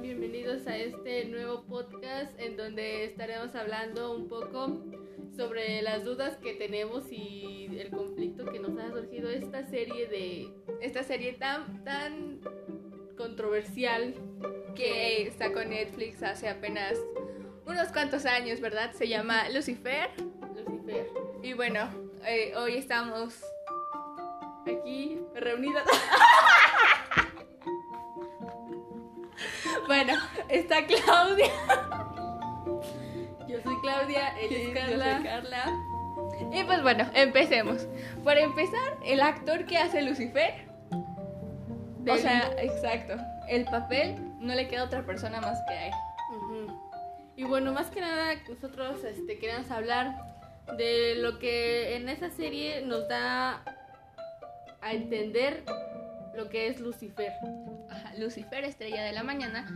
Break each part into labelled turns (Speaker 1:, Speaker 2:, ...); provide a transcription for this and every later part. Speaker 1: bienvenidos a este nuevo podcast en donde estaremos hablando un poco sobre las dudas que tenemos y el conflicto que nos ha surgido esta serie de esta serie tan tan controversial que sacó Netflix hace apenas unos cuantos años, ¿verdad? Se llama Lucifer
Speaker 2: Lucifer.
Speaker 1: y bueno, eh, hoy estamos aquí reunidas. bueno, está Claudia.
Speaker 2: Yo soy Claudia, él
Speaker 1: Sí, yo
Speaker 2: es
Speaker 1: soy
Speaker 2: Carla.
Speaker 1: Y pues bueno, empecemos. Para empezar, el actor que hace Lucifer. O
Speaker 2: Del-
Speaker 1: sea, exacto. El papel no le queda a otra persona más que a él.
Speaker 2: Ujú. Y bueno, más que nada, nosotros este, queremos hablar de lo que en esa serie nos da a entender lo que es Lucifer.
Speaker 1: Ajá, Lucifer, estrella de la mañana.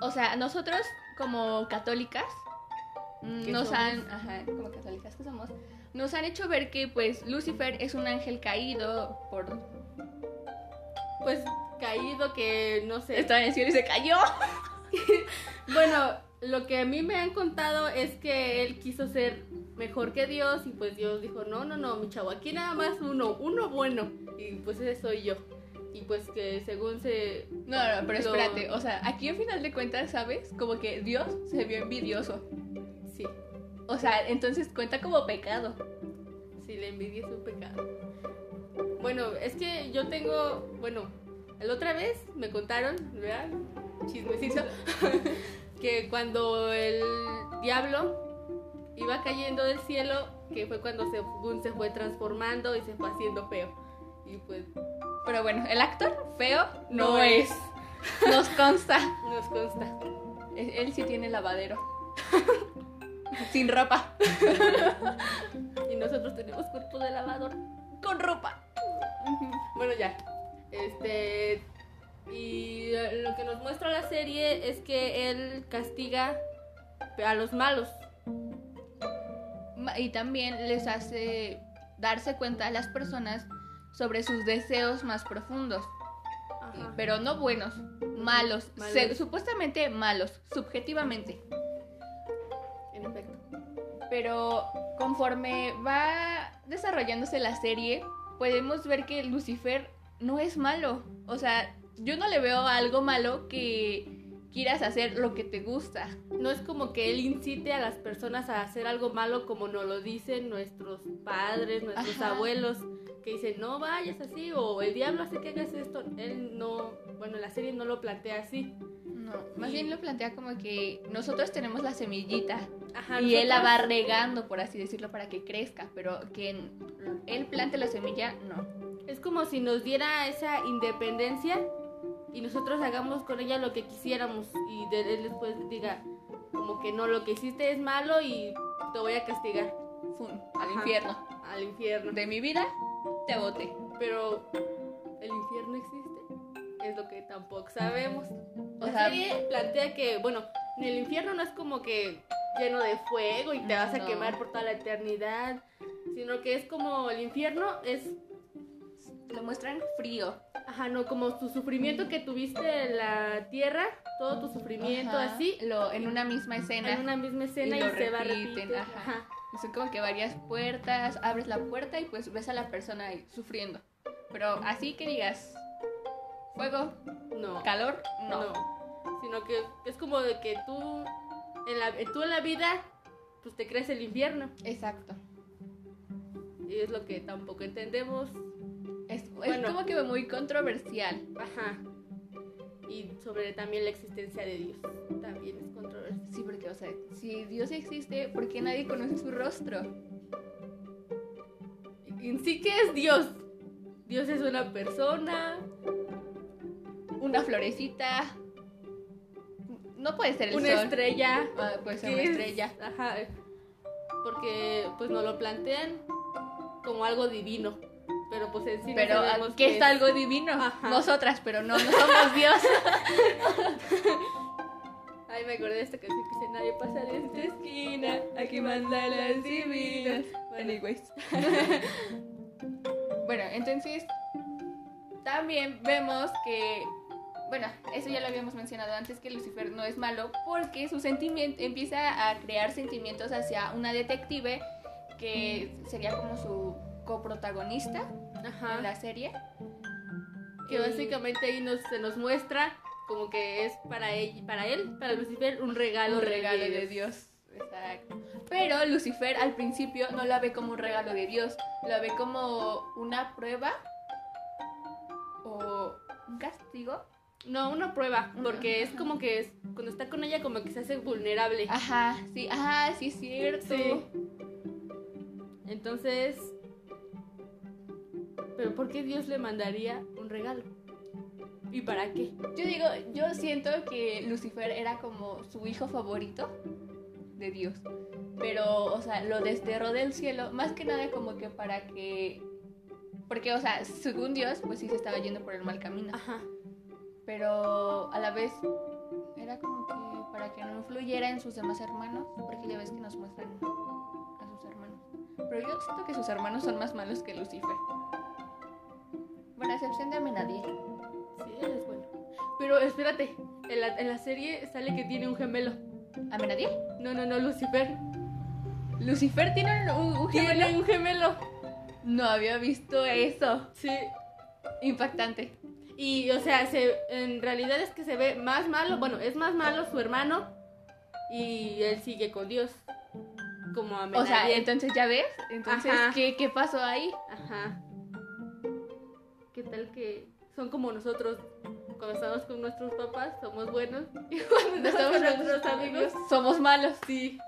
Speaker 1: O sea, nosotros como católicas mm,
Speaker 2: ¿Qué
Speaker 1: nos
Speaker 2: somos?
Speaker 1: han, ajá, como católicas que somos, nos han hecho ver que pues Lucifer es un ángel caído por
Speaker 2: Pues caído que no sé.
Speaker 1: estaba en el cielo y se cayó.
Speaker 2: Bueno, lo que a mí me han contado es que él quiso ser mejor que Dios y pues Dios dijo, no, no, no, mi chavo, aquí nada más uno, uno bueno. Y pues ese soy yo. Y pues que según se...
Speaker 1: No, no, pero
Speaker 2: Lo-
Speaker 1: espérate, o sea, aquí al final de cuentas, ¿sabes? Como que Dios se vio envidioso.
Speaker 2: Sí,
Speaker 1: O sea, entonces cuenta como pecado.
Speaker 2: sí, la envidia es un pecado. Bueno, es que yo tengo, bueno, la otra vez me contaron, ¿verdad? Chismecito, que cuando el diablo iba cayendo del cielo, que fue cuando según se fue transformando y se fue haciendo feo. Y pues
Speaker 1: Pero bueno, el actor feo no,
Speaker 2: No
Speaker 1: es.
Speaker 2: es.
Speaker 1: Nos consta.
Speaker 2: Nos consta.
Speaker 1: E- Él sí tiene lavadero. Sin ropa.
Speaker 2: Y nosotros tenemos cuerpo de lavador.
Speaker 1: Con ropa.
Speaker 2: Bueno, ya. Este. Y eh, lo que nos muestra la serie es que él castiga a los malos.
Speaker 1: Ma- Y también les hace darse cuenta a las personas sobre sus deseos más profundos. Pero no buenos, malos.
Speaker 2: Malos.
Speaker 1: se- supuestamente malos, subjetivamente.
Speaker 2: En efecto.
Speaker 1: Pero conforme va desarrollándose la serie, podemos ver que Lucifer no es malo. O sea, yo no le veo algo malo que quieras hacer lo que te gusta.
Speaker 2: No es como que él incite a las personas a hacer algo malo como nos lo dicen nuestros padres, nuestros
Speaker 1: Ajá.
Speaker 2: abuelos, que dicen no vayas así o el diablo hace que hagas esto. Él no, bueno, la serie no lo plantea así.
Speaker 1: No, más
Speaker 2: Y-
Speaker 1: bien lo plantea como que nosotros tenemos la semillita
Speaker 2: Ajá,
Speaker 1: y él la
Speaker 2: nosotros-
Speaker 1: va regando, por así decirlo, para que crezca, pero que en- él plante la semilla, no.
Speaker 2: Es como si nos diera esa independencia y nosotros hagamos con ella lo que quisiéramos y de él después diga como que no, lo que hiciste es malo y te voy a castigar
Speaker 1: Fum, al
Speaker 2: Ajá.
Speaker 1: infierno.
Speaker 2: al infierno.
Speaker 1: De mi vida, te bote.
Speaker 2: Pero el infierno existe, es lo que tampoco sabemos.
Speaker 1: O
Speaker 2: La
Speaker 1: sea-
Speaker 2: serie plantea que, bueno, en el infierno no es como que lleno de fuego y te vas a
Speaker 1: No.
Speaker 2: quemar por toda la eternidad, sino que es como el infierno es
Speaker 1: Lo muestran frío.
Speaker 2: Ajá, no, como tu sufrimiento que tuviste en la tierra, todo tu sufrimiento
Speaker 1: Ajá,
Speaker 2: así,
Speaker 1: Lo, en una misma escena.
Speaker 2: en una misma escena
Speaker 1: Y
Speaker 2: y,
Speaker 1: lo
Speaker 2: se va
Speaker 1: repiten,
Speaker 2: repitiendo.
Speaker 1: ajá.
Speaker 2: Ajá.
Speaker 1: Son como que varias puertas, abres la puerta y pues ves a la persona ahí sufriendo. Pero así que digas, fuego,
Speaker 2: No,
Speaker 1: calor, no.
Speaker 2: no. Sino que es como de que tú en la, tú en la vida, pues te crees el infierno.
Speaker 1: Exacto.
Speaker 2: Y es lo que tampoco entendemos.
Speaker 1: Es, es
Speaker 2: Bueno.
Speaker 1: como que muy controversial.
Speaker 2: Ajá. Y sobre también la existencia de Dios. También es controversial.
Speaker 1: Sí, porque, o sea, si Dios existe, ¿por qué nadie conoce su rostro?
Speaker 2: En sí que es Dios. Dios es una persona,
Speaker 1: Una florecita. No puede ser el
Speaker 2: una
Speaker 1: sol.
Speaker 2: estrella.
Speaker 1: Ah, puede ser
Speaker 2: que
Speaker 1: una
Speaker 2: es-
Speaker 1: estrella.
Speaker 2: Ajá. Porque pues nos lo plantean como algo divino. Pero pues en sí no
Speaker 1: Pero ah,
Speaker 2: sabemos
Speaker 1: que es algo divino.
Speaker 2: Ajá.
Speaker 1: Nosotras, pero no, no somos Dios.
Speaker 2: Ay, me acordé de esta canción que dice nadie pasa de esta esquina. Aquí manda
Speaker 1: mandan
Speaker 2: las divinas. Bueno,
Speaker 1: Anyways. bueno, entonces también vemos que bueno, eso ya lo habíamos mencionado antes, que Lucifer no es malo porque su sentimiento empieza a crear sentimientos hacia una detective que sería como su coprotagonista
Speaker 2: Ajá.
Speaker 1: en la serie.
Speaker 2: Que básicamente ahí nos, se nos muestra como que es para él, para él, para Lucifer, un regalo,
Speaker 1: Un regalo de Dios. Exacto. Pero Lucifer al principio no la ve como un regalo de Dios, la ve como una prueba o un castigo.
Speaker 2: No, una prueba,
Speaker 1: Una.
Speaker 2: porque es como que es, cuando está con ella como que se hace vulnerable.
Speaker 1: Ajá, sí, ajá, sí es cierto.
Speaker 2: Sí. Entonces, ¿pero por qué Dios le mandaría un regalo? ¿Y para qué?
Speaker 1: Yo digo, yo siento que Lucifer era como su hijo favorito de Dios. Pero, o sea, lo desterró del cielo, más que nada como que para que... Porque, o sea, según Dios, pues sí se estaba yendo por el mal camino.
Speaker 2: Ajá.
Speaker 1: Pero a la vez era como que para que no influyera en sus demás hermanos, porque ya ves que nos muestran a sus hermanos. Pero yo siento que sus hermanos son más malos que Lucifer. Bueno, a excepción de Amenadiel.
Speaker 2: Sí, él es bueno. Pero espérate, en la, en la serie sale que tiene un gemelo.
Speaker 1: ¿Amenadiel?
Speaker 2: No, no, no, Lucifer.
Speaker 1: Lucifer tiene un, un- un gemelo.
Speaker 2: Tiene un gemelo.
Speaker 1: No había visto eso.
Speaker 2: Sí.
Speaker 1: Impactante.
Speaker 2: Y, o sea, se, en realidad es que se ve más malo, bueno, es más malo su hermano y él sigue con Dios. Como a
Speaker 1: O sea,
Speaker 2: Menadiel.
Speaker 1: entonces ya ves. Entonces,
Speaker 2: Ajá.
Speaker 1: ¿qué, ¿qué pasó ahí?
Speaker 2: Ajá. ¿Qué tal que son como nosotros? Cuando estamos con nuestros papás somos buenos y cuando estamos
Speaker 1: No estamos
Speaker 2: con
Speaker 1: hablando
Speaker 2: nuestros
Speaker 1: de
Speaker 2: amigos
Speaker 1: Somos malos.
Speaker 2: sí,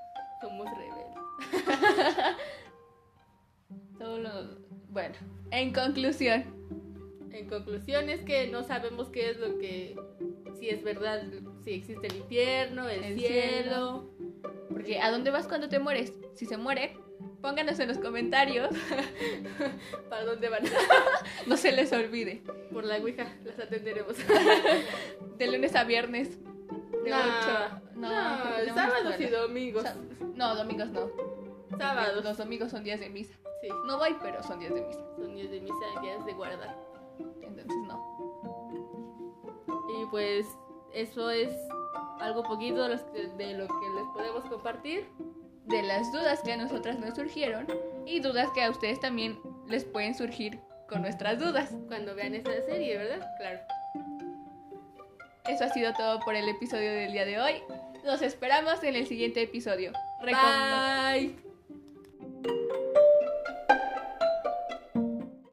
Speaker 2: somos rebeldes.
Speaker 1: Todos los- Bueno, en conclusión.
Speaker 2: En conclusión es que no sabemos qué es lo que si es verdad si existe el infierno, el,
Speaker 1: El
Speaker 2: cielo.
Speaker 1: cielo. Porque ¿a dónde vas cuando te mueres? Si se muere, pónganos en los comentarios.
Speaker 2: para dónde van.
Speaker 1: No se les olvide.
Speaker 2: Por la Ouija las atenderemos.
Speaker 1: De lunes a viernes. De
Speaker 2: No,
Speaker 1: ocho.
Speaker 2: No,
Speaker 1: porque tenemos
Speaker 2: sábados y
Speaker 1: escuela.
Speaker 2: domingos.
Speaker 1: Sa- No, domingos no.
Speaker 2: sábados.
Speaker 1: Los domingos son días de misa.
Speaker 2: Sí,
Speaker 1: No voy, pero son días de misa.
Speaker 2: son días de misa, días de guardar.
Speaker 1: Entonces no.
Speaker 2: Y pues eso es algo poquito de, los que- de lo que les podemos compartir.
Speaker 1: De las dudas que a nosotras nos surgieron y dudas que a ustedes también les pueden surgir con nuestras dudas.
Speaker 2: Cuando vean esta serie, ¿verdad? Claro.
Speaker 1: Eso ha sido todo por el episodio del día de hoy. Los esperamos en el siguiente episodio. Recom-
Speaker 2: Bye.